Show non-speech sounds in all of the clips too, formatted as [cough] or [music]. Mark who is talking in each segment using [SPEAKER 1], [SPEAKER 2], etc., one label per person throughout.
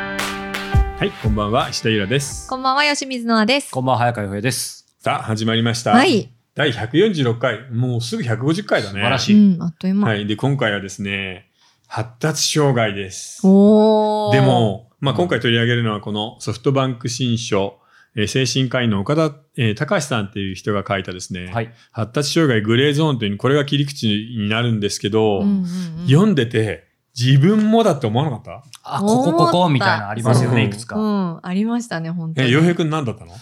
[SPEAKER 1] はい、こんばんは、下浦です。
[SPEAKER 2] こんばんは、吉水のあです。
[SPEAKER 3] こんばんは、早川洋平です。
[SPEAKER 1] さあ、始まりました。
[SPEAKER 2] はい。
[SPEAKER 1] 第146回、もうすぐ150回だね。
[SPEAKER 3] 素晴らし
[SPEAKER 2] う
[SPEAKER 3] い。
[SPEAKER 2] ん、あっという間。
[SPEAKER 1] はい。で、今回はですね、発達障害です。
[SPEAKER 2] おお。
[SPEAKER 1] で、も、まあ、今回取り上げるのはこのソフトバンク新書、えー精神科医の岡田、えー隆さんっていう人が書いたですね、
[SPEAKER 3] はい。
[SPEAKER 1] 発達障害グレーゾーンというこれが切り口になるんですけど、
[SPEAKER 2] うんうんうん、
[SPEAKER 1] 読んでて自分もだって思わなかった
[SPEAKER 3] あ、ここ、ここ、みたいなのありますよ
[SPEAKER 1] う
[SPEAKER 3] ね、
[SPEAKER 1] ん
[SPEAKER 3] いくつ
[SPEAKER 2] う
[SPEAKER 3] か。
[SPEAKER 2] ん、ありましたね、本当
[SPEAKER 1] え、
[SPEAKER 2] に。
[SPEAKER 1] 洋平くん何だったの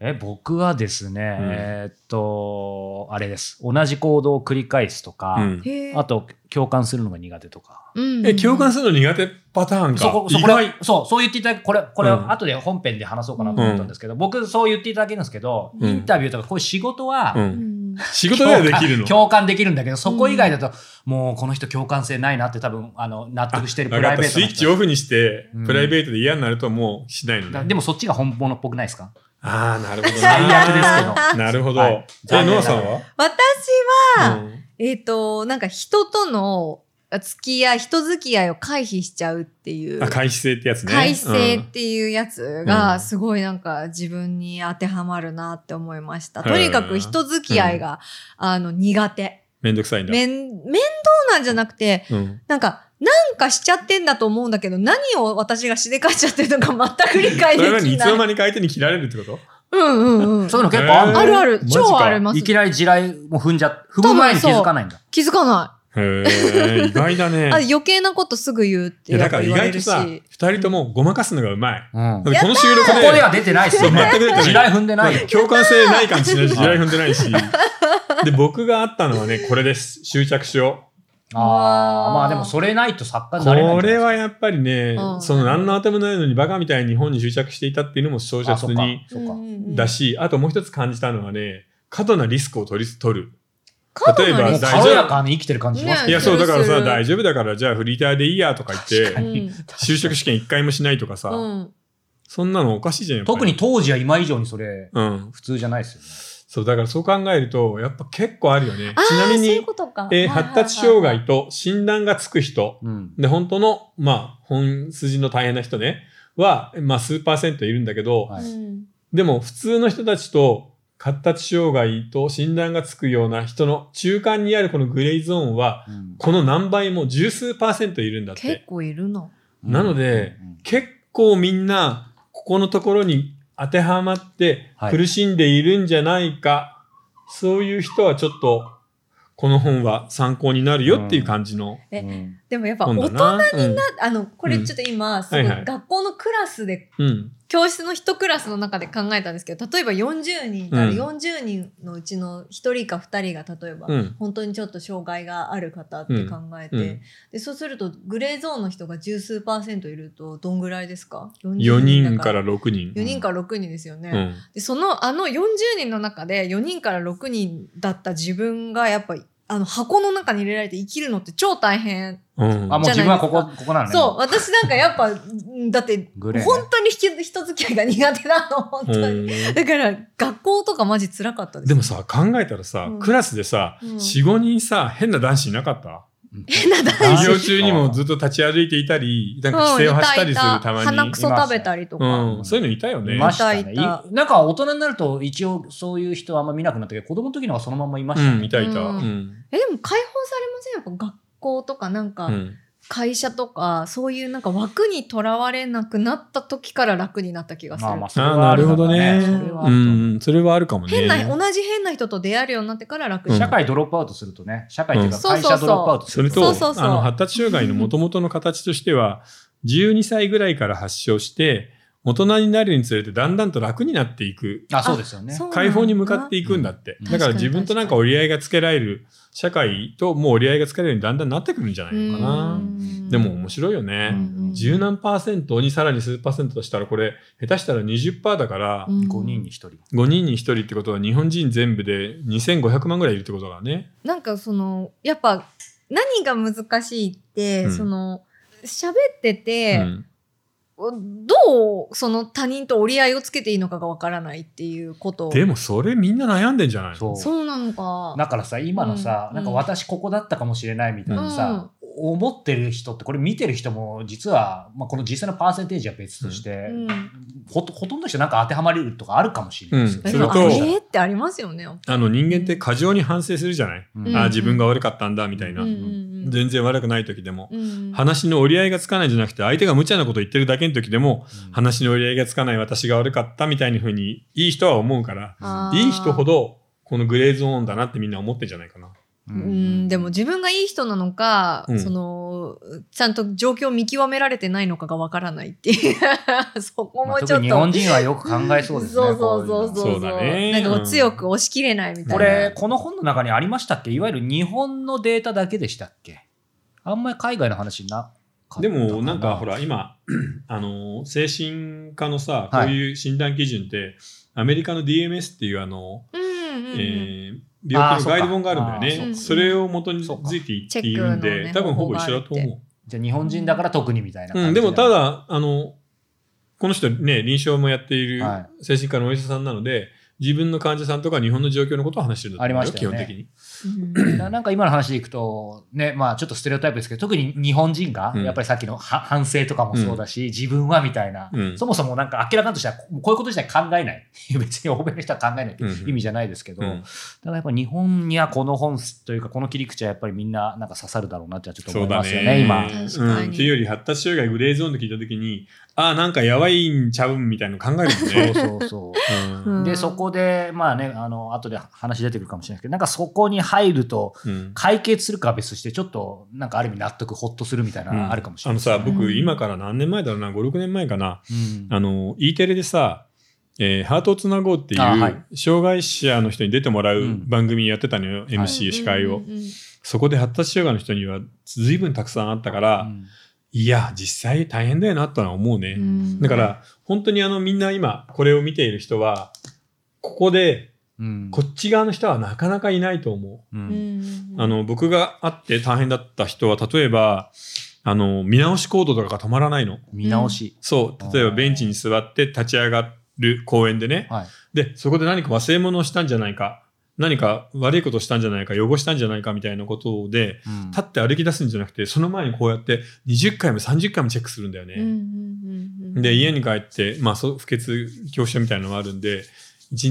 [SPEAKER 3] え、僕はですね、
[SPEAKER 1] うん
[SPEAKER 3] えーっと、あれです。同じ行動を繰り返すと
[SPEAKER 1] う
[SPEAKER 3] か、
[SPEAKER 1] ん。
[SPEAKER 2] へー
[SPEAKER 3] あ、と、共感するのが苦手とか。
[SPEAKER 2] うんうんうん
[SPEAKER 1] え、共感するの苦手パターンか。
[SPEAKER 3] そこ、そ
[SPEAKER 1] 意
[SPEAKER 3] ここれ
[SPEAKER 1] 外。
[SPEAKER 3] そう、そう言っていただく、これ、これ、
[SPEAKER 1] うん
[SPEAKER 3] 後で本編で話そうかなと思ったんですけど、僕、そう言っていただけるんですけど、
[SPEAKER 1] うん
[SPEAKER 3] インタビューとか、こういう仕事は、
[SPEAKER 1] う。
[SPEAKER 2] うんん
[SPEAKER 1] 仕事ではできるの。
[SPEAKER 3] 共感できるんだけど、そこ以外だと、もうこの人共感性ないなって多分、あの、納得してるプ
[SPEAKER 1] 分か
[SPEAKER 3] ラ
[SPEAKER 1] っ
[SPEAKER 3] イベ
[SPEAKER 1] た
[SPEAKER 3] ート
[SPEAKER 1] スイ
[SPEAKER 3] の
[SPEAKER 1] ッチ
[SPEAKER 3] 人
[SPEAKER 1] オフにして、
[SPEAKER 3] うん
[SPEAKER 1] プライベートで嫌になるともうしないの
[SPEAKER 3] だ
[SPEAKER 1] ね。
[SPEAKER 3] でもそっちが本物っぽくないですか
[SPEAKER 1] ああ、なるほどな。
[SPEAKER 3] 最悪ですけど
[SPEAKER 1] なるほど。
[SPEAKER 3] はい
[SPEAKER 1] え、
[SPEAKER 3] 残念
[SPEAKER 1] ノ
[SPEAKER 3] な
[SPEAKER 1] アさ
[SPEAKER 3] がら
[SPEAKER 1] んは
[SPEAKER 2] 私は、
[SPEAKER 1] うん
[SPEAKER 2] えっ、と、なんか人との付き合い、人付き合いを回避しちゃうっていう。
[SPEAKER 1] あ、回避性ってやつね。
[SPEAKER 2] 改正
[SPEAKER 1] う
[SPEAKER 2] っ
[SPEAKER 1] ん
[SPEAKER 2] ていうやつ
[SPEAKER 1] う
[SPEAKER 2] が
[SPEAKER 1] ん
[SPEAKER 2] すごいなんか自分に当てはまるなって思いました。
[SPEAKER 1] ん
[SPEAKER 2] とにかく人付き合いが、あの苦手。
[SPEAKER 1] めんどくさいんだ。
[SPEAKER 2] めん、面倒なんじゃなくて、
[SPEAKER 1] うん
[SPEAKER 2] なんか、なんかしちゃってんだと思うんだけど、何を私がしでかしちゃってるのか全く理解
[SPEAKER 1] そ
[SPEAKER 2] で
[SPEAKER 1] れは
[SPEAKER 2] き
[SPEAKER 1] いつ
[SPEAKER 2] な
[SPEAKER 1] の
[SPEAKER 2] い。
[SPEAKER 1] 間にか相手に切られるってこと
[SPEAKER 2] うんうんうん。
[SPEAKER 3] そういうの結構ある
[SPEAKER 1] へー
[SPEAKER 2] あるある
[SPEAKER 1] マ。ジか
[SPEAKER 2] 超あります
[SPEAKER 3] い。きなり地雷も踏んじゃ、踏む前に気づかないんだ。
[SPEAKER 2] 気づかな
[SPEAKER 1] へえ、意外だ
[SPEAKER 3] [laughs]
[SPEAKER 2] い。
[SPEAKER 1] ね
[SPEAKER 2] あ。余計なことすぐ言うっ
[SPEAKER 1] い
[SPEAKER 2] て
[SPEAKER 1] や
[SPEAKER 2] や
[SPEAKER 1] だ
[SPEAKER 2] っ
[SPEAKER 1] か
[SPEAKER 2] ぱ
[SPEAKER 1] ら意
[SPEAKER 2] 言わ
[SPEAKER 1] 外
[SPEAKER 2] れ
[SPEAKER 1] と
[SPEAKER 2] る
[SPEAKER 1] さ、
[SPEAKER 2] し。
[SPEAKER 1] 二人ともごまかすのがうまい。
[SPEAKER 3] うん
[SPEAKER 1] だ
[SPEAKER 3] こ
[SPEAKER 1] ってこの収録で、
[SPEAKER 3] こでは出てないですよね。
[SPEAKER 1] そう全く出てない
[SPEAKER 3] 地雷踏んでないよ。
[SPEAKER 1] 共感性ない感じし
[SPEAKER 3] [laughs]
[SPEAKER 1] ないし、地
[SPEAKER 3] は
[SPEAKER 1] 雷
[SPEAKER 3] い
[SPEAKER 1] 踏んでないし。で、僕があったのはね、これです。執着症。
[SPEAKER 3] ああ、まあでもそれないと作家になれない
[SPEAKER 1] こ
[SPEAKER 3] んじゃ
[SPEAKER 1] れ
[SPEAKER 3] ないですか。
[SPEAKER 1] はやっぱりね、
[SPEAKER 2] うん
[SPEAKER 1] その何の頭もないのにバカみたいに日本に執着していたっていうのも小
[SPEAKER 3] あ
[SPEAKER 1] 説
[SPEAKER 3] そっか
[SPEAKER 1] に
[SPEAKER 3] そっか。
[SPEAKER 1] だし、あともう一つ感じたのはね、過度なリスクを取り、取る。例えば
[SPEAKER 2] 例
[SPEAKER 1] 大
[SPEAKER 2] えば、
[SPEAKER 1] 丈夫
[SPEAKER 3] 軽やかに生きてる感じします
[SPEAKER 2] ね
[SPEAKER 1] いや、そう、だから
[SPEAKER 2] す
[SPEAKER 1] さ、
[SPEAKER 2] る
[SPEAKER 1] 大丈夫だから、じゃあフリーターでいいやとか言って
[SPEAKER 2] う、ん
[SPEAKER 1] 就職試験一回もしないとかさ、
[SPEAKER 2] うん。
[SPEAKER 1] そんなのおかしいじゃん、やっぱり
[SPEAKER 3] 特に。当時は今以上にそれ、
[SPEAKER 1] うん。
[SPEAKER 3] 普通じゃないですよね。
[SPEAKER 1] そう、だからそう考えると、やっぱ結構あるよね。
[SPEAKER 2] あー
[SPEAKER 1] ちなみ
[SPEAKER 2] そういう
[SPEAKER 1] に、
[SPEAKER 2] ことか
[SPEAKER 1] えー発達障害と診断がつく人、
[SPEAKER 3] うん。
[SPEAKER 1] で、本当の、まあ、本筋の大変な人ね、は、まあ、数パーセントいるんだけど、
[SPEAKER 3] はい
[SPEAKER 2] うん
[SPEAKER 1] でも普通の人たちと発達障害と診断がつくような人の中間にあるこのグレーゾーンはこの何倍も十数パーセントいるんだっ
[SPEAKER 2] 結
[SPEAKER 1] て
[SPEAKER 2] 構いるの。
[SPEAKER 3] うん
[SPEAKER 1] なので、
[SPEAKER 3] うん
[SPEAKER 1] 結構みんなここのところに当てはまって
[SPEAKER 3] はい
[SPEAKER 1] 苦しんでいるんじゃないか、そういう人はちょっとこの本は参考になるよっていう感じの
[SPEAKER 2] え
[SPEAKER 3] うん
[SPEAKER 2] でもやっぱ
[SPEAKER 1] 本
[SPEAKER 2] 大
[SPEAKER 1] だ
[SPEAKER 2] 人、
[SPEAKER 1] な。大人にな
[SPEAKER 2] あの、これちょっと今、すごい
[SPEAKER 1] はいはい
[SPEAKER 2] 学校のクラスで
[SPEAKER 1] うん
[SPEAKER 2] 教室の一クラスの中で考えたんですけど例えば40人いたら、
[SPEAKER 1] うん
[SPEAKER 2] 40人のうちの1人か2人が例えば、
[SPEAKER 1] うん
[SPEAKER 2] 本当にちょっと障害がある方って考えて、
[SPEAKER 1] うんうん
[SPEAKER 2] でそうするとグレーゾーンの人が十数パーセントいるとどんぐらいですか
[SPEAKER 1] 4人
[SPEAKER 2] だ
[SPEAKER 1] から6人。
[SPEAKER 2] 4人から6人ですよね、
[SPEAKER 1] うん
[SPEAKER 2] でそのあの40人の中で4人から6人だった自分がやっぱあの箱の中に入れられて生きるのって超大変、
[SPEAKER 1] うん
[SPEAKER 3] あ、もう自分はここ、ここなのね。
[SPEAKER 2] そう私なんかやっぱうんだって
[SPEAKER 3] グレーね
[SPEAKER 2] 本当に人人付き合いが苦手なの本当に。
[SPEAKER 1] うん
[SPEAKER 2] だから学校とかマジ辛かったです。
[SPEAKER 1] でもさ、考えたらさ、
[SPEAKER 2] うん
[SPEAKER 1] クラスでさ、
[SPEAKER 2] うん
[SPEAKER 1] 4、5人さ、変な男子いなかった
[SPEAKER 3] うん
[SPEAKER 2] 変な男
[SPEAKER 1] 授
[SPEAKER 2] 子。
[SPEAKER 1] 業中にもずっと立ち歩いていたり、なんか規制を走ったりする
[SPEAKER 2] うんいい
[SPEAKER 1] たまに。
[SPEAKER 2] 鼻くそ食べたりとか。
[SPEAKER 1] うん、そういうのいたよね
[SPEAKER 3] い。ましたね。
[SPEAKER 2] いたいた
[SPEAKER 3] いなんか大人になると一応そういう人はあんま見なくなったけど、子供の時のはそのまんまいまし
[SPEAKER 1] う
[SPEAKER 3] た
[SPEAKER 1] ん、い
[SPEAKER 3] ね。
[SPEAKER 1] たいた。う
[SPEAKER 2] うん
[SPEAKER 1] ん。
[SPEAKER 2] えでも解放されませんやっぱ学校とかなんか
[SPEAKER 1] うん
[SPEAKER 2] 会社とか、そういうなんか枠にとらわれなくなった時から楽になった気がする。
[SPEAKER 3] まあまあ、それはあるだろ
[SPEAKER 1] あー
[SPEAKER 3] う
[SPEAKER 1] な
[SPEAKER 3] ね。
[SPEAKER 1] る
[SPEAKER 2] ほどね
[SPEAKER 3] それはあ
[SPEAKER 1] う、
[SPEAKER 3] ると思うん
[SPEAKER 1] それはあるかもね。
[SPEAKER 2] 変な、同じ変な人と出会えるようになってから楽に
[SPEAKER 1] うん
[SPEAKER 2] な
[SPEAKER 3] 社
[SPEAKER 2] っ
[SPEAKER 3] 会ドロップアウトするとね、社会というか
[SPEAKER 2] うん
[SPEAKER 3] 会社ドロップアウトす
[SPEAKER 1] そ
[SPEAKER 3] る
[SPEAKER 1] れ
[SPEAKER 3] と。
[SPEAKER 1] と、
[SPEAKER 2] そうそうそう
[SPEAKER 1] あの発達障害のもともとの形としては、12歳ぐらいから発症して、大人になるにつれてだんだんと楽になっていく
[SPEAKER 3] あ、そうですよね。
[SPEAKER 2] そう
[SPEAKER 1] 解放に向かっていくんだって。
[SPEAKER 3] うん
[SPEAKER 1] だから自分となんか折り合いがつけられる、社会ともう折り合いがつけられるようにだんだんなってくるんじゃないのかな。でも面白いよ
[SPEAKER 2] い
[SPEAKER 1] ね。十、何パーセントにさらに数パーセントとしたらこれ、下手したら20%だから、
[SPEAKER 3] 5人に1人。
[SPEAKER 1] 5人に1人ってことは日本人全部で2500万ぐらいいるってことだね。
[SPEAKER 2] なんかそのやっぱ何が難しいって、
[SPEAKER 1] うん
[SPEAKER 2] その喋ってて、
[SPEAKER 1] うん
[SPEAKER 2] どうその他人と折り合いをつけていいのかがわからないっていうこと
[SPEAKER 1] でもそれみんな悩んでんじゃないの
[SPEAKER 3] そう。
[SPEAKER 2] そうなのか
[SPEAKER 3] だからさ、今のさ、
[SPEAKER 2] うん
[SPEAKER 3] なんか私ここだったかもしれないみたいなさ、思ってる人ってこれ見てる人も実は、まあ、この実際のパーセンテージは別として、
[SPEAKER 2] うん
[SPEAKER 3] ほとほとんどの人なんか当てはまれるとかあるかもしれないですよ、
[SPEAKER 1] うん
[SPEAKER 2] え
[SPEAKER 1] そ
[SPEAKER 2] で
[SPEAKER 1] れ
[SPEAKER 2] も
[SPEAKER 1] と
[SPEAKER 2] あれってありますよね。
[SPEAKER 1] あの人間って過剰に反省するじゃない、
[SPEAKER 3] うん
[SPEAKER 2] うん
[SPEAKER 1] ああ自分が悪かったんだみたいな、
[SPEAKER 2] うんうんうん
[SPEAKER 1] 全然悪くない時でも、
[SPEAKER 2] うん
[SPEAKER 1] 話の折り合いがつかないんじゃなくて相手が無茶なこと言ってるだけの時でも、
[SPEAKER 3] うん
[SPEAKER 1] 話の折り合いがつかない私が悪かったみたいな風にいい人は思うから
[SPEAKER 2] あー
[SPEAKER 1] いい人ほどこのグレーゾーンだなってみんな思ってんじゃないかな。
[SPEAKER 3] う
[SPEAKER 2] うん、でも自分がいい人なのか、
[SPEAKER 1] うん
[SPEAKER 2] そのちゃんと状況を見極められてないのかがわからないっていう [laughs] そこ
[SPEAKER 3] まあ
[SPEAKER 2] もち
[SPEAKER 3] 特
[SPEAKER 2] ょっと、
[SPEAKER 3] に日本人はよく考えそうですね。
[SPEAKER 2] そうそう
[SPEAKER 3] こ
[SPEAKER 2] そう
[SPEAKER 1] そう
[SPEAKER 2] うそう
[SPEAKER 3] いの
[SPEAKER 1] だね
[SPEAKER 2] なんかこ
[SPEAKER 1] うん
[SPEAKER 2] う強く押し切れないみたいな
[SPEAKER 3] これ、この本の中にありましたっけいわゆる日本のデータだけでしたっけあんまり海外の話なかった
[SPEAKER 1] でもなんかほ、ら
[SPEAKER 3] [clears throat]
[SPEAKER 1] 今あの精神科のさこ
[SPEAKER 3] はいう
[SPEAKER 1] いう診断基準って、アメリカの DMS っていうあの、
[SPEAKER 2] うんうんうん
[SPEAKER 1] えー病気のガイド本があるんだよ
[SPEAKER 3] あーそ
[SPEAKER 2] っ
[SPEAKER 1] ね
[SPEAKER 2] か
[SPEAKER 1] それを元に
[SPEAKER 3] そうか
[SPEAKER 1] ついていっているん
[SPEAKER 2] チェ
[SPEAKER 1] で、
[SPEAKER 2] ックのね
[SPEAKER 1] 多分ほぼ一緒だと思
[SPEAKER 3] じゃあ日本人だから特にみたいな
[SPEAKER 1] う、
[SPEAKER 3] 感じ
[SPEAKER 1] うん、でもた、だあのこの人ね臨床もやっている
[SPEAKER 3] は
[SPEAKER 1] 精神科のお医者さんなので自分の患者さんとか日本の状況のことを話してるんだと思う
[SPEAKER 3] あ
[SPEAKER 1] よ、
[SPEAKER 3] りました
[SPEAKER 1] 基
[SPEAKER 3] よ
[SPEAKER 1] 本
[SPEAKER 3] ね
[SPEAKER 1] 的に。
[SPEAKER 2] うん
[SPEAKER 3] ななんか今の話でいくと、ね、まあちょっとステレオタイプですけど、特に日本人が、
[SPEAKER 1] うん
[SPEAKER 3] やっぱりさっきのは反省とかもそうだし、自分はみたいな、
[SPEAKER 1] うん
[SPEAKER 3] そもそもなんか明らかにとしては、こういうこと自体考えない。 [laughs] 別に欧米の人は考えないって意味じゃないですけど、
[SPEAKER 1] うん
[SPEAKER 3] だからやっぱ日本にはこの本というかこの切り口はやっぱりみんななんか刺さるだろうなってちょっと
[SPEAKER 1] そう
[SPEAKER 3] 思い
[SPEAKER 1] だ
[SPEAKER 3] ますよ
[SPEAKER 1] ね
[SPEAKER 3] ね今。
[SPEAKER 2] 確
[SPEAKER 1] う
[SPEAKER 2] かに
[SPEAKER 1] ん、っていうより発達障害グレーゾーンで聞いた時にああなんかやばいんちゃうんみたいなの考えるもんね。
[SPEAKER 3] そうそうそう。
[SPEAKER 1] うん
[SPEAKER 2] うん
[SPEAKER 3] でそこでまあねあの後で話出てくるかもしれないですけどなんかそこに入ると
[SPEAKER 1] うん
[SPEAKER 3] 解決するかは別としてちょっとなんかある意味納得ほっとするみたいな
[SPEAKER 1] うん
[SPEAKER 3] のあるかもしれないです
[SPEAKER 1] あ
[SPEAKER 3] ね、
[SPEAKER 1] のさ僕
[SPEAKER 2] うん
[SPEAKER 1] 今から何年前だろうな56年前かな
[SPEAKER 3] うん
[SPEAKER 1] あの E テレでさ「えーハートをつなごう」ってい
[SPEAKER 3] あはいう
[SPEAKER 1] 障害者の人に出てもらう
[SPEAKER 3] うん
[SPEAKER 1] 番組やってたのよ、MC 司会を、
[SPEAKER 2] うんうんうん
[SPEAKER 1] そこで発達障害の人には随分たくさんあったから、
[SPEAKER 3] うん
[SPEAKER 1] いや実際大変だよなとは思うね、
[SPEAKER 2] うん
[SPEAKER 1] だから本当にあのみんな今これを見ている人はここで
[SPEAKER 3] うん
[SPEAKER 1] こっち側の人はなかなかいないと思う
[SPEAKER 3] う
[SPEAKER 2] うんん
[SPEAKER 1] あの僕が会って大変だった人は例えばあの見直し行動とかが止まらないの
[SPEAKER 3] 見直し、
[SPEAKER 1] そう例えばベンチに座って立ち上がる公園でね
[SPEAKER 3] はい
[SPEAKER 1] でそこで何か忘れ物をしたんじゃないか何か悪いことしたんじゃないか汚したんじゃないかみたいなことで
[SPEAKER 3] うん
[SPEAKER 1] 立って歩き出すんじゃなくてその前にこうやって20回も30回もチェックするんだよね、
[SPEAKER 2] うんうんうん
[SPEAKER 1] で家に帰って、まあ、そう不潔教師みたいなのがあるんで1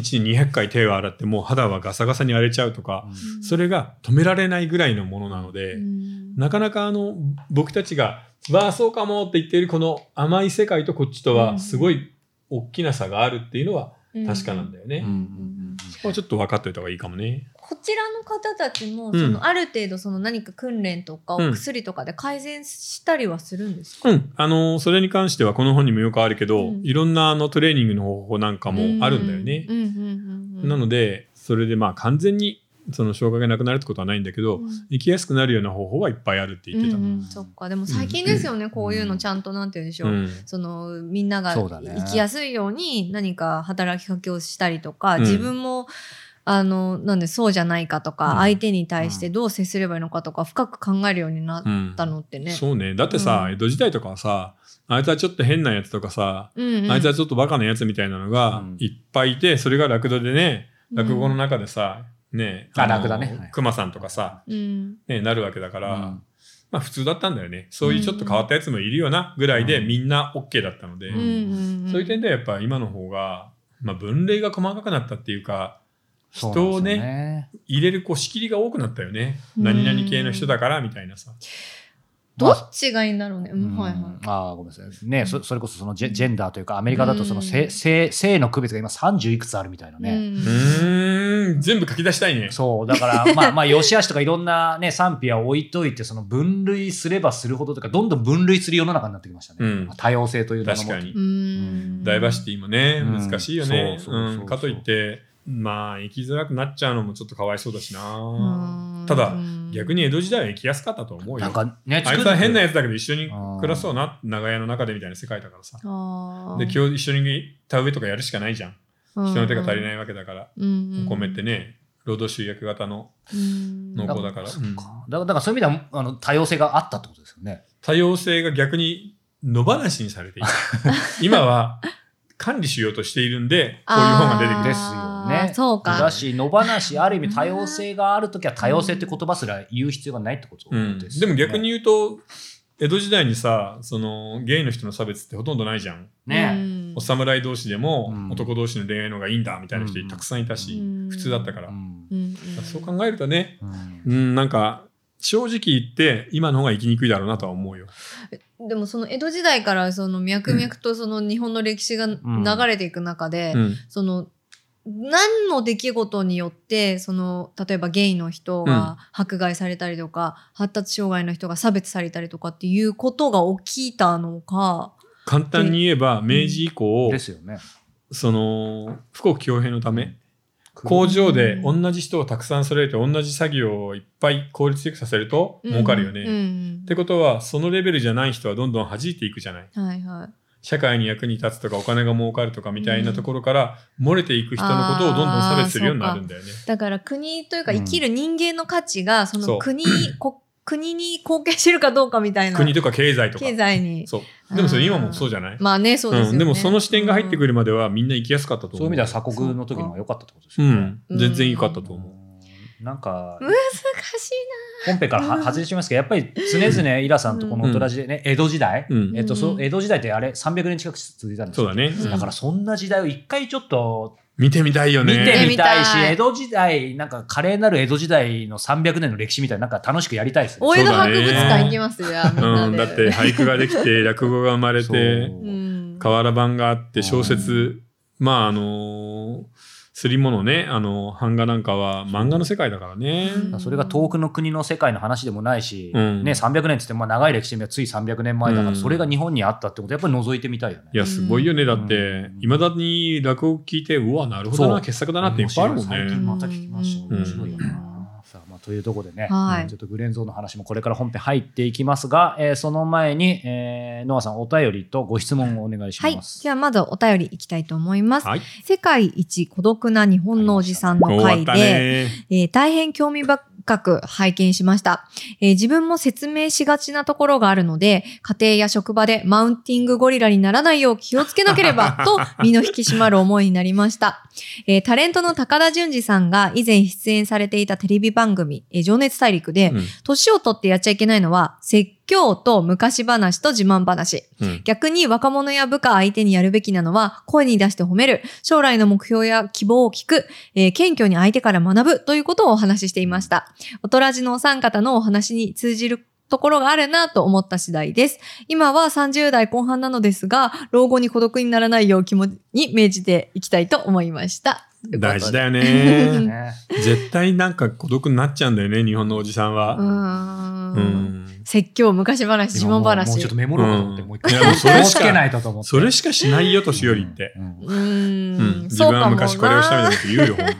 [SPEAKER 1] 日に200回手を洗ってもう肌はガサガサに荒れちゃうとか、
[SPEAKER 2] うん
[SPEAKER 1] それが止められないぐらいのものなので、
[SPEAKER 2] うん
[SPEAKER 1] なかなかあの僕たちが「わあそうかも」って言っているこの甘い世界とこっちと
[SPEAKER 2] う
[SPEAKER 1] は
[SPEAKER 2] ん
[SPEAKER 1] すごい大きな差があるっていうのは確かなんだよね。
[SPEAKER 3] うんうんうん
[SPEAKER 1] そこはちょっと分かっておいた方がいいかもね。
[SPEAKER 2] こちらの方たちも、
[SPEAKER 1] うん
[SPEAKER 2] そのある程度その何か訓練とかお
[SPEAKER 1] うん
[SPEAKER 2] 薬とかで改善したりはするんですか、
[SPEAKER 1] うん、あのそれに関してはこの本にもよくあるけど、
[SPEAKER 2] うん
[SPEAKER 1] いろんなあのトレーニングの方法なんかもあるんだよね。
[SPEAKER 2] うんうんうんうん、
[SPEAKER 1] なのでそれでまあ完全にその障害がなくなるってことはないんだけど、
[SPEAKER 2] うん
[SPEAKER 1] 生きやすくなるような方法はいっぱいあるって言ってた。
[SPEAKER 2] うんうんそっかでも最近ですよね、こういうのちゃんとなんて言うんでしょう、
[SPEAKER 1] うん
[SPEAKER 2] そのみんなが
[SPEAKER 3] そうだね
[SPEAKER 2] 生きやすいように何か働きかけをしたりとか、
[SPEAKER 1] うん
[SPEAKER 2] 自分もあのなんでそうじゃないかとか、
[SPEAKER 1] うん
[SPEAKER 2] 相手に対してどう接すればいいのかとか深く考えるようにな
[SPEAKER 1] う
[SPEAKER 2] っ
[SPEAKER 1] ん
[SPEAKER 2] たのってね。
[SPEAKER 1] そうねだってさ、
[SPEAKER 2] うん
[SPEAKER 1] 江戸時代とかはさあいつはちょっと変なやつとかさ、
[SPEAKER 2] うんうん
[SPEAKER 1] あいつはちょっとバカなやつみたいなのが
[SPEAKER 3] うん
[SPEAKER 1] いっぱいいてそれがラクダでね
[SPEAKER 2] うん
[SPEAKER 1] 落語の中でさ、ね
[SPEAKER 3] あ
[SPEAKER 1] の
[SPEAKER 3] ラクダねはい
[SPEAKER 1] クマさんとかさ、
[SPEAKER 2] うん
[SPEAKER 1] ね、なるわけだから、
[SPEAKER 3] うん
[SPEAKER 1] まあ普通だったんだよねそういうちょっと変わったやつもいるよなぐらいで、
[SPEAKER 3] うん
[SPEAKER 1] みんな OK だったので、
[SPEAKER 3] う
[SPEAKER 2] うんうんん
[SPEAKER 1] そういう点ではやっぱ今の方が、まあ、分類が細かくなったっていうか
[SPEAKER 3] そうなん
[SPEAKER 1] 人を
[SPEAKER 3] ですよ
[SPEAKER 1] ね
[SPEAKER 3] ね
[SPEAKER 1] 入れるこう仕切りが多くなったよね、
[SPEAKER 2] うん
[SPEAKER 1] 何々系の人だからみたいなさ、
[SPEAKER 2] どっちがいいんだろうね。うんはいはい。
[SPEAKER 3] ああ、ごめんなさい。ね、そそれこそそのジェジェンダーというか、アメリカだとその
[SPEAKER 2] う
[SPEAKER 3] 性
[SPEAKER 2] ん
[SPEAKER 3] 性性の区別が今30いくつあるみたいなね。
[SPEAKER 1] うーん全部書き出したいね
[SPEAKER 3] そう、だから、まあ、
[SPEAKER 2] [laughs]
[SPEAKER 3] まあ、良し悪しとかいろんなね、賛否は置いといて、その分類すればするほどというか、どんどん分類する世の中になってきましたね。
[SPEAKER 1] うん
[SPEAKER 3] 多様性という名の
[SPEAKER 1] 確
[SPEAKER 3] も
[SPEAKER 1] かに、
[SPEAKER 2] うん
[SPEAKER 1] ダイバーシティもね、
[SPEAKER 3] うん
[SPEAKER 1] 難しいよね。
[SPEAKER 3] そうそうそうそう
[SPEAKER 1] うんかといって、まあ、生きづらくなっちゃうのもちょっとかわいそうだし
[SPEAKER 2] う
[SPEAKER 1] な。
[SPEAKER 2] ん
[SPEAKER 1] ただ
[SPEAKER 2] うん
[SPEAKER 1] 逆に江戸時代は生きやすかったと思う
[SPEAKER 3] なん
[SPEAKER 1] よ。
[SPEAKER 3] かね、
[SPEAKER 1] あいつは変な
[SPEAKER 3] や
[SPEAKER 1] やつだけど一緒に暮らそうな、長屋の中でみたいな世界だからさ。
[SPEAKER 2] あー
[SPEAKER 1] で、今日一緒に田植えとかやるしかないじゃん。人の手が足りないわけだから、
[SPEAKER 2] うんうん
[SPEAKER 1] お米ってね、労働集約型の
[SPEAKER 2] うん
[SPEAKER 1] 農耕だから、うん
[SPEAKER 3] だから、だからそういう意味では、あの、多様性があったってことですよね。
[SPEAKER 2] [laughs]
[SPEAKER 1] 多様性が逆に野放しにされていた。今は管理しようとしているんで、こういう本が出てく
[SPEAKER 3] あ
[SPEAKER 1] る。
[SPEAKER 3] ですよね
[SPEAKER 2] あーそう
[SPEAKER 3] だ
[SPEAKER 2] か。
[SPEAKER 3] し野放しある意味多様性がある時は多様性って言葉すら言う必要がないってこと
[SPEAKER 1] うん、
[SPEAKER 3] です
[SPEAKER 1] で
[SPEAKER 3] よ
[SPEAKER 1] も
[SPEAKER 3] ね、
[SPEAKER 1] 逆に言うと、江戸時代にさ、その、ゲイの人の差別ってほとんどないじゃん。
[SPEAKER 2] う
[SPEAKER 3] ね
[SPEAKER 2] ん
[SPEAKER 1] お侍同士でも
[SPEAKER 3] うん
[SPEAKER 1] 男同士の恋愛の方がいいんだみたいな人
[SPEAKER 3] うん
[SPEAKER 1] たくさんいたし、
[SPEAKER 2] うん
[SPEAKER 1] 普通だったか
[SPEAKER 3] え、
[SPEAKER 1] ら、
[SPEAKER 3] うん
[SPEAKER 2] うん
[SPEAKER 1] そう考えるとね
[SPEAKER 3] うん
[SPEAKER 1] うんなんか正直言って今の方が生きにくいだろうなとは思うよ
[SPEAKER 2] でもその江戸時代からその脈々とその日本の歴史が流れていく中で、
[SPEAKER 1] うん
[SPEAKER 2] その何の出来事によってその例えばゲイの人
[SPEAKER 1] うん
[SPEAKER 2] が迫害されたりとか、発達障害の人が差別されたりとかっていうことが起きたのか、
[SPEAKER 1] 簡単に言えば明治以降
[SPEAKER 3] ですよね
[SPEAKER 1] その富国強兵のため工場で同じ人をたくさん揃えて同じ作業をいっぱい効率よくさせると儲かるよね、
[SPEAKER 2] うんうん
[SPEAKER 1] ってことはそのレベルじゃない人はどんどん弾いていくじゃない
[SPEAKER 2] はいはい、
[SPEAKER 1] 社会に役に立つとかお金が儲かるとかみたいなところから漏れていく人のことをどんどん差別するようになるんだよね。
[SPEAKER 2] だから国というか
[SPEAKER 3] うん
[SPEAKER 2] 生きる人間の価値がそ
[SPEAKER 1] そう
[SPEAKER 2] の国こ国に貢献してるかどうかみたいな
[SPEAKER 1] 国とか経済とか。
[SPEAKER 2] 経済に
[SPEAKER 1] そう。でもそれ
[SPEAKER 2] あー
[SPEAKER 1] 今もそうじゃない
[SPEAKER 2] まあねそうですよね、
[SPEAKER 1] ん、でもその視点が入ってく
[SPEAKER 2] る、
[SPEAKER 1] るまではみんな生きやすかったと思う。
[SPEAKER 3] そういう意味では鎖国の時の方が良かったってことです
[SPEAKER 1] う
[SPEAKER 3] よね、
[SPEAKER 1] ん。全然良かったと
[SPEAKER 3] う
[SPEAKER 1] 思
[SPEAKER 3] んなんか
[SPEAKER 2] 難し
[SPEAKER 3] 本編からは外れちゃいますけどやっぱり常々イラさんとこのおとらじでね、江戸時代、
[SPEAKER 1] う。うん。
[SPEAKER 3] えっと、そ
[SPEAKER 2] うん
[SPEAKER 3] 江戸時代ってあれ300年近く続いたんです
[SPEAKER 1] そう
[SPEAKER 3] よ
[SPEAKER 1] だね。
[SPEAKER 2] うん
[SPEAKER 3] だからそんな時代を一回ちょっと
[SPEAKER 1] 見てみたいよ
[SPEAKER 3] 見
[SPEAKER 1] ね。
[SPEAKER 3] てみたいし、
[SPEAKER 2] 見てみたい
[SPEAKER 3] 江戸時代、なんか華麗なる江戸時代の300年の歴史みたいな、なんか楽しくやりたいです
[SPEAKER 2] いな大江戸
[SPEAKER 1] そうだ
[SPEAKER 2] 博
[SPEAKER 1] ね
[SPEAKER 2] 物館行きますよじゃあみんな
[SPEAKER 1] うん。
[SPEAKER 2] で
[SPEAKER 1] だって俳句ができて、落語が生まれて、
[SPEAKER 2] うん
[SPEAKER 1] 瓦版があって、小説、まああのー、すり物ね、あのー、版画なんかは漫画の世界だからね。
[SPEAKER 2] うん
[SPEAKER 3] それが遠くの国の世界の話でもないし、
[SPEAKER 1] うん
[SPEAKER 3] ね、300年ってってもまあ長い歴史で見ればつい300年前だから、
[SPEAKER 1] うん
[SPEAKER 3] それが日本にあったってことやっぱり覗いてみたいよね。
[SPEAKER 1] いや、すごいよね。だっ
[SPEAKER 3] う
[SPEAKER 1] て
[SPEAKER 3] ん、
[SPEAKER 1] いまだに落語聞いて、うわ、なるほど
[SPEAKER 3] そ
[SPEAKER 1] な、
[SPEAKER 3] う
[SPEAKER 1] 傑作だなっていっぱいあるもん
[SPEAKER 3] 面白い最
[SPEAKER 1] ね
[SPEAKER 3] 近。また聞きました。
[SPEAKER 1] うん
[SPEAKER 3] 面白いよな。さあまあ、というところでね、
[SPEAKER 2] はい
[SPEAKER 3] うんちょっとグレンゾーンの話もこれから本編入っていきますが、えーその前に、えーノアさんお便りとご質問をお願いし
[SPEAKER 2] はい
[SPEAKER 3] ま。す。
[SPEAKER 2] じゃあ、まずお便りいきたいと思います。
[SPEAKER 1] はい。
[SPEAKER 2] 世界一孤独な日本のおじさんの
[SPEAKER 1] 終わっ
[SPEAKER 2] 回
[SPEAKER 1] た
[SPEAKER 2] で、
[SPEAKER 1] ね。
[SPEAKER 2] えー大変興味深く拝見しました、えー自分も説明しがちなところがあるので、家庭や職場でマウンティングゴリラにならないよう気をつけなけ
[SPEAKER 1] [laughs]
[SPEAKER 2] ればと身の引き締まる思いになりました。えータレントの高田純次さんが以前出演されていたテレビ番組、えー情熱大陸で、
[SPEAKER 1] うん
[SPEAKER 2] 年を取ってやっちゃいけないのは、説教と昔話と自慢話。
[SPEAKER 1] うん
[SPEAKER 2] 逆に若者や部下相手にやるべきなのは、声に出して褒める、将来の目標や希望を聞く、えー謙虚に相手から学ぶということをお話ししていました。おとらじのお三方のお話に通じるところがあるなと思った次第です。今は30代後半なのですが、老後に孤独にならないよう気持ちに銘じていきたいと思いました。
[SPEAKER 1] 大事だ
[SPEAKER 2] よ。
[SPEAKER 1] よ
[SPEAKER 2] [laughs]
[SPEAKER 1] ね。
[SPEAKER 3] ね
[SPEAKER 1] 絶対なんか孤独になっちゃうんだよね、日本のおじさん
[SPEAKER 2] うー
[SPEAKER 1] は。
[SPEAKER 2] ん,、
[SPEAKER 1] うん。
[SPEAKER 2] 説教、昔話、自慢
[SPEAKER 3] もうもう
[SPEAKER 2] 話
[SPEAKER 3] ちょっ。とメモろうかと思って、
[SPEAKER 1] うん
[SPEAKER 3] もう一回。
[SPEAKER 1] いやもうそれしか
[SPEAKER 3] 気をつけないとと思って。
[SPEAKER 1] それしかしないよ、年寄りって。
[SPEAKER 3] うんうん
[SPEAKER 2] うー
[SPEAKER 1] うんん。自
[SPEAKER 2] そう
[SPEAKER 1] 分
[SPEAKER 2] か
[SPEAKER 1] は
[SPEAKER 2] もな
[SPEAKER 1] 昔これをしたみたいなこと言うよ、本
[SPEAKER 2] [laughs]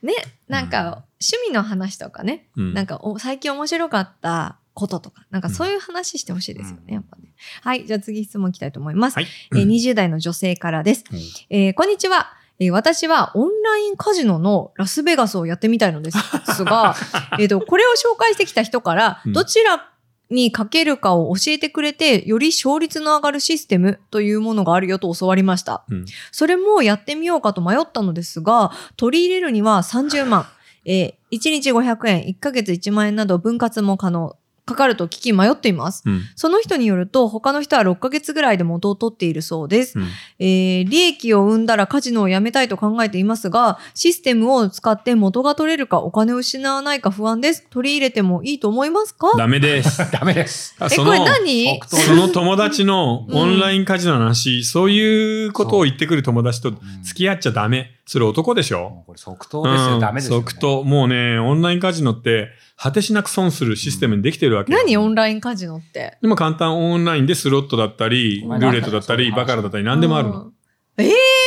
[SPEAKER 1] 当。
[SPEAKER 2] ね、なんか趣味の話とかね、
[SPEAKER 1] うん
[SPEAKER 2] なんかお最近面白かったこととか、なんかそういう話してほしいですよね、
[SPEAKER 3] うん
[SPEAKER 2] やっぱね。はい、じゃあ次質問いきたいと思います。
[SPEAKER 1] はい。
[SPEAKER 2] えー20代の女性からです。
[SPEAKER 1] うん
[SPEAKER 2] えーこんにちは。えー私はオンラインカジノのラスベガスをやってみたい
[SPEAKER 1] [laughs]
[SPEAKER 2] のですが、えっと、これを紹介してきた人から、
[SPEAKER 1] うん
[SPEAKER 2] どちらにかけるかを教えてくれて、より勝率の上がるシステムというものがあるよと教わりました。
[SPEAKER 1] うん
[SPEAKER 2] それもやってみようかと迷ったのですが、取り入れるには30万、
[SPEAKER 1] [laughs]
[SPEAKER 2] えー1日500円、1ヶ月1万円など分割も可能、かかると聞き迷っています。
[SPEAKER 1] うん
[SPEAKER 2] その人によると、他の人は6ヶ月ぐらいで元を取っているそうです。
[SPEAKER 1] うん
[SPEAKER 2] えー利益を生んだらカジノをやめたいと考えていますが、システムを使って元が取れるかお金を失わないか不安です。取り入れてもいいと思いますか
[SPEAKER 1] ダメです。
[SPEAKER 3] ダメです。
[SPEAKER 1] あ
[SPEAKER 2] [laughs] え、
[SPEAKER 1] そ
[SPEAKER 2] これ
[SPEAKER 1] の、
[SPEAKER 2] 何
[SPEAKER 3] 北東
[SPEAKER 1] その友達のオンラインカジノの話、そういうことを言ってくる友達と付き合っちゃダメ。それ男でしょ
[SPEAKER 3] もうこれ即答ですよ、
[SPEAKER 1] うん
[SPEAKER 3] ダメですよ、ね。
[SPEAKER 1] 即答。もうね、オンラインカジノって果てしなく損するシステムにできてるわけよ。
[SPEAKER 2] 何オンラインカジノって。
[SPEAKER 1] でも簡単オンラインでスロットだったり、ル
[SPEAKER 2] うん
[SPEAKER 1] ーレットだったり、バカラだったり、何でもあるの。
[SPEAKER 2] うん。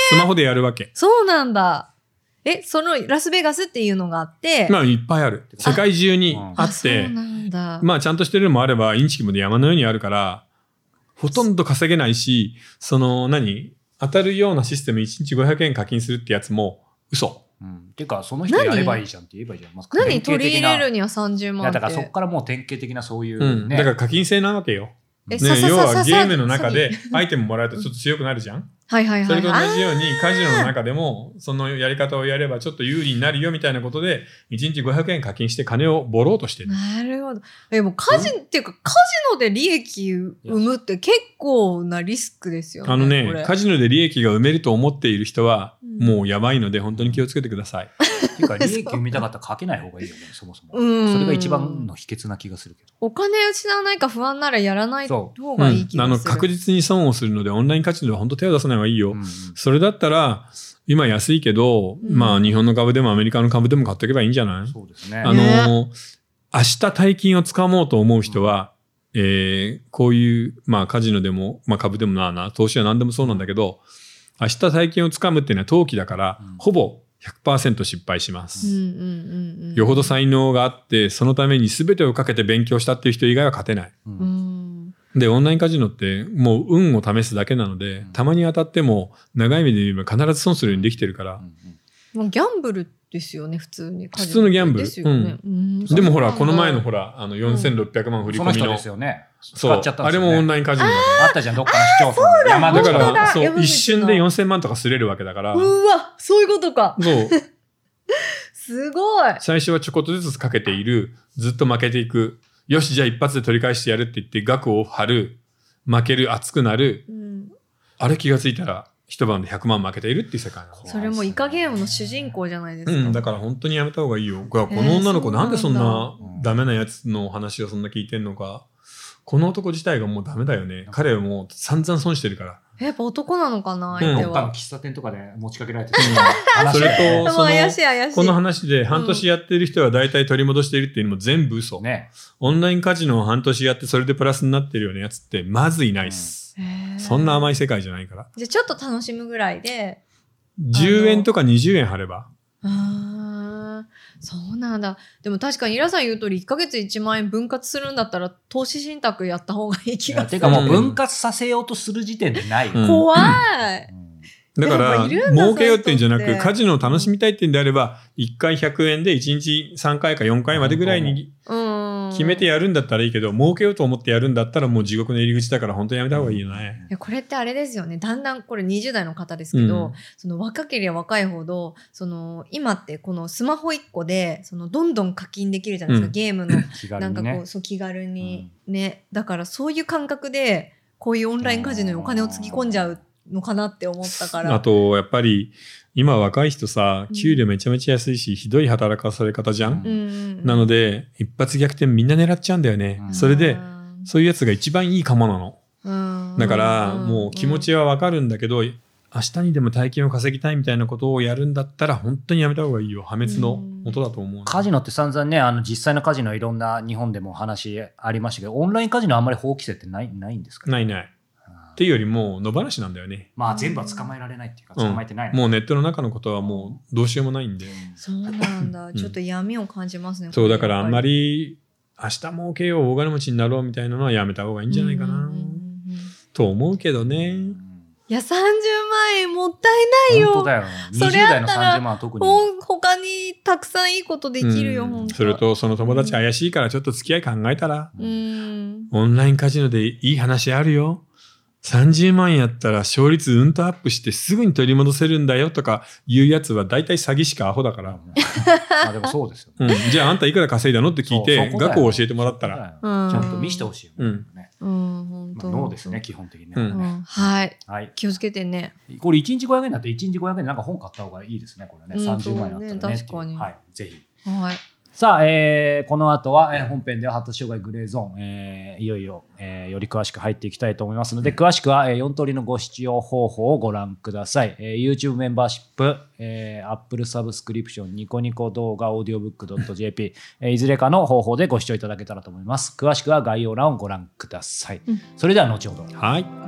[SPEAKER 1] スマホでやるわけ。
[SPEAKER 2] そうなんだ。え、そのラスベガスっていうのがあって、
[SPEAKER 1] まあ、いっぱいある。世界中に
[SPEAKER 3] あ
[SPEAKER 1] あって
[SPEAKER 2] そう、なんだ。
[SPEAKER 1] まあ、ちゃんとしてるのもあれば、インチキも山のようにあるから、ほとんど稼げないし、その、何当たるようなシステム1日500円課金するってやつも、嘘。
[SPEAKER 3] うんてか、その人やればいいじゃんって言えばいいじゃん。まあ
[SPEAKER 2] 何取り入れる
[SPEAKER 3] 典型的
[SPEAKER 2] には30
[SPEAKER 3] ない
[SPEAKER 2] 万
[SPEAKER 3] や
[SPEAKER 2] って。
[SPEAKER 3] だからそこからもう典型的なそういう
[SPEAKER 1] う
[SPEAKER 3] ね。
[SPEAKER 1] ん。だから課金制なわけよ。
[SPEAKER 2] え
[SPEAKER 1] ね、要はゲームの中。
[SPEAKER 2] さささささ
[SPEAKER 1] でアイテムもらえるとちょっと強くなるじゃん。
[SPEAKER 2] はいはいはい。
[SPEAKER 1] それと同じように
[SPEAKER 2] あー
[SPEAKER 1] カジノの中でもそのやり方をやればちょっと有利になるよみたいなことで1日500円課金して金をボろうとしてる。
[SPEAKER 2] なるほど。え、もうカジノ、っていうか、カジノで利益生むって結構なリスクですよね。
[SPEAKER 1] あの
[SPEAKER 2] これ
[SPEAKER 1] ね、カジノで利益が埋めると思っている人は、
[SPEAKER 2] うん
[SPEAKER 1] もうやばいので本当に気をつけてください。
[SPEAKER 3] っていうか、利益を見たかったらかけない方がいいよね、そもそも。
[SPEAKER 2] うん
[SPEAKER 3] それが一番の秘訣な気がするけど。
[SPEAKER 2] お金失わないか不安ならやらない方
[SPEAKER 3] そ
[SPEAKER 2] がいい気
[SPEAKER 1] うんあ
[SPEAKER 2] が
[SPEAKER 1] の
[SPEAKER 2] する。
[SPEAKER 1] 確実に損をするのでオンラインカジノは本当手を出さない方がいいよ。
[SPEAKER 3] うんうん
[SPEAKER 1] それだったら今安いけど、
[SPEAKER 2] うん
[SPEAKER 1] まあ日本の株でもアメリカの株でも買っておけばいいんじゃない
[SPEAKER 3] そうですね。
[SPEAKER 1] あのー明日大金をつかもうと思う人は、えーこういう、まあ、カジノでも、まあ、株でもなあな、投資は何でもそうなんだけど、明日大金をつかむっていうのは投機だから、
[SPEAKER 3] うん
[SPEAKER 1] ほぼ100%失敗します。
[SPEAKER 2] うんうんうんうん。
[SPEAKER 1] よほど才能があって、そのために全てをかけて勉強したっていう人以外は勝てない。
[SPEAKER 3] う
[SPEAKER 2] うんん。
[SPEAKER 1] で、オンラインカジノってもう運を試すだけなので
[SPEAKER 3] う、ん
[SPEAKER 1] たまに当たっても長い目で見れば必ず損するようにできてるから
[SPEAKER 3] う、ん
[SPEAKER 2] まあ、ギャンブルですよね、普通に。
[SPEAKER 1] 普通のギャンブル
[SPEAKER 2] ですよね。うん
[SPEAKER 1] でもほら、この前のほ
[SPEAKER 2] ら。
[SPEAKER 1] ら、あの、4600万
[SPEAKER 3] う
[SPEAKER 1] 振
[SPEAKER 3] ん
[SPEAKER 1] り
[SPEAKER 3] その
[SPEAKER 1] 込み
[SPEAKER 3] 人
[SPEAKER 1] の
[SPEAKER 3] です、よね。使
[SPEAKER 1] そう
[SPEAKER 3] っちゃったん
[SPEAKER 1] あ
[SPEAKER 3] です
[SPEAKER 1] れ
[SPEAKER 3] よね。
[SPEAKER 1] もオンラインカジノ
[SPEAKER 3] あったじゃん、どっかの市町村。山
[SPEAKER 1] だか
[SPEAKER 3] 田から
[SPEAKER 2] 本当だ
[SPEAKER 1] ら、
[SPEAKER 2] 山
[SPEAKER 1] そう、
[SPEAKER 2] 口
[SPEAKER 1] 一瞬で
[SPEAKER 2] の
[SPEAKER 1] 4000万とかすれるわけだから、そう
[SPEAKER 2] わ、そういうことか。
[SPEAKER 1] う、
[SPEAKER 2] すごい。
[SPEAKER 1] 最初はちょこっとずつかけている、ずっと負けていく、よし、じゃあ一発で取り返してやるって言って、額を張る、負ける、熱くなる、
[SPEAKER 2] うん、
[SPEAKER 1] あれ気がついたら、一晩で100万負けているっていう世界なの。
[SPEAKER 2] それもイカゲームの主人公じゃないですか。
[SPEAKER 1] うん、だから本当にやめた方がいいよ。この女の子、
[SPEAKER 2] えーそうな
[SPEAKER 1] なん
[SPEAKER 2] だ
[SPEAKER 1] んでそんな
[SPEAKER 3] うん
[SPEAKER 1] ダメなやつの話をそんな聞いてんのか。この男自体がもうダメだよね。彼はもう散々損してるから。
[SPEAKER 2] やっぱ男なのかな、
[SPEAKER 1] うん
[SPEAKER 2] 相手
[SPEAKER 3] どっかの
[SPEAKER 2] は。
[SPEAKER 3] 喫茶店とかで持ちかけられて
[SPEAKER 1] んそれ
[SPEAKER 2] で
[SPEAKER 1] と
[SPEAKER 2] も怪しい怪しい。
[SPEAKER 1] この話で半年やってる人は大体取り戻しているっていうのも全部嘘。
[SPEAKER 3] と、ね。
[SPEAKER 1] オンラインカジノを半年やってそれでプラスになってるようなやつってまずいないっす。
[SPEAKER 2] へー
[SPEAKER 1] そんな甘い世界じゃないから。
[SPEAKER 2] じゃあちょっと楽しむぐらいで。
[SPEAKER 1] 10円とか20円貼れば。
[SPEAKER 2] あーそうなんだ。でも確かにイラさん言う通り、1ヶ月1万円分割するんだったら、投資信託やった方がいい気がす
[SPEAKER 3] てかもう分割させようとする時点でないよ。
[SPEAKER 1] う
[SPEAKER 2] る。
[SPEAKER 1] ん
[SPEAKER 2] [laughs] 怖い。
[SPEAKER 3] うん
[SPEAKER 1] だか
[SPEAKER 2] で
[SPEAKER 1] ら
[SPEAKER 2] もいるんだ
[SPEAKER 1] 儲けようっていうんじゃな
[SPEAKER 2] そういう人
[SPEAKER 1] く
[SPEAKER 2] って
[SPEAKER 1] カジノを楽しみたいっていうんであれば1回100円で1日3回か4回までぐらいに
[SPEAKER 2] うん。
[SPEAKER 1] 決めて
[SPEAKER 2] い
[SPEAKER 1] やるんだったらいいけど、儲けようと思ってやるんだったらもう地獄の入り口だから本当にやめた方がいいよね。
[SPEAKER 2] や。これってあれですよね。だんだんこれ20代の方ですけど、その若ければ若いほど、その今ってこのスマホ1個で、そのどんどん課金できるじゃないですか、
[SPEAKER 1] うん
[SPEAKER 2] ゲームの。
[SPEAKER 3] 気軽
[SPEAKER 2] なん
[SPEAKER 3] に
[SPEAKER 2] かこ
[SPEAKER 3] ね
[SPEAKER 2] う。そう気軽にね、だからそういう感覚でこういうオンラインカジノにお金をつぎ込んじゃうのかなって思ったから
[SPEAKER 1] あとやっぱり今若い人さ
[SPEAKER 2] うん
[SPEAKER 1] 給料めちゃめちゃ安いし、ひどい働かされ方じゃん、
[SPEAKER 2] うんうん
[SPEAKER 1] なので一発逆転みんな狙っちゃうんだよね、
[SPEAKER 3] うん
[SPEAKER 1] それでそういうやつが一番いいかもなの
[SPEAKER 2] うん
[SPEAKER 1] だからもう気持ちはわかるんだけど、明日にでも大金を稼ぎたいみたいなことをやるんだったら本当にやめた方がいいよ破滅の元だと思う、
[SPEAKER 3] カジノって散々ね、あの実際のカジノいろんな日本でも話ありましたけど、オンラインカジノあんまり法規制ってないないんですかね。
[SPEAKER 1] ないないっ
[SPEAKER 3] あー
[SPEAKER 1] ていうよりもう野放しなんだよね
[SPEAKER 3] まあ全部は捕まえられないっていうか、
[SPEAKER 1] うん
[SPEAKER 3] 捕まえてないの。
[SPEAKER 1] もうネットの中のことはもうどうしようもないんで、
[SPEAKER 2] そうなんだ
[SPEAKER 1] ん
[SPEAKER 2] ちょっと闇を感じますね、
[SPEAKER 1] そうだからあんま
[SPEAKER 2] い
[SPEAKER 1] り明日儲けよう大金持ちになろうみたいなのはやめた方がいいんじゃないかなと思うけどね
[SPEAKER 2] いや30万円もったいない
[SPEAKER 3] 本当
[SPEAKER 2] よ
[SPEAKER 3] だよ。
[SPEAKER 2] そ
[SPEAKER 3] 20
[SPEAKER 2] れあ
[SPEAKER 3] 代
[SPEAKER 2] っ
[SPEAKER 3] の
[SPEAKER 2] たら
[SPEAKER 3] 30万は特に。
[SPEAKER 2] ほん他にたくさんいいことできるよ、
[SPEAKER 1] うん
[SPEAKER 2] 本当
[SPEAKER 1] それとその友達怪しいからちょっと付き合い考えたら、
[SPEAKER 2] うん
[SPEAKER 1] オンラインカジノでいい話あるよ。30万円やったら勝率うんとアップしてすぐに取り戻せるんだよとかいうやつは大体詐欺師かアホだか
[SPEAKER 3] うん
[SPEAKER 1] ら。
[SPEAKER 3] まあでもそうですよね。
[SPEAKER 1] うん、じゃああんたいくら稼いだのって [laughs] 聞い
[SPEAKER 3] そう
[SPEAKER 1] て
[SPEAKER 3] そこだよ
[SPEAKER 1] 額を教えてもらったら。
[SPEAKER 3] そうだよちゃんと見せてほしいよね。
[SPEAKER 1] うん
[SPEAKER 3] ね
[SPEAKER 2] うん本
[SPEAKER 3] ま
[SPEAKER 2] 当、
[SPEAKER 3] あノーですね、基本的にね。
[SPEAKER 1] うん
[SPEAKER 2] うんはい
[SPEAKER 3] はい。
[SPEAKER 2] 気をつけてね
[SPEAKER 3] これ1日500円だと1日500円なんか本買った方がいいですね、これね。
[SPEAKER 2] うん
[SPEAKER 3] 30万円あったらねっていう。
[SPEAKER 2] そうね確かに
[SPEAKER 3] はい、ぜひ。
[SPEAKER 2] はい
[SPEAKER 3] さあ、えーこの後は、えー本編では発達障害グレーゾーン、えーいよいよ、えーより詳しく入っていきたいと思いますので、詳しくは、え4通りのご視聴方法をご覧ください。えー YouTube メンバーシップ、えー Apple サブスクリプション、ニコニコ動画、オーディオブック .jp、えーいずれかの方法でご視聴いただけたらと思います。詳しくは概要欄をご覧ください。
[SPEAKER 2] うん
[SPEAKER 3] それでは後ほど。
[SPEAKER 1] はい。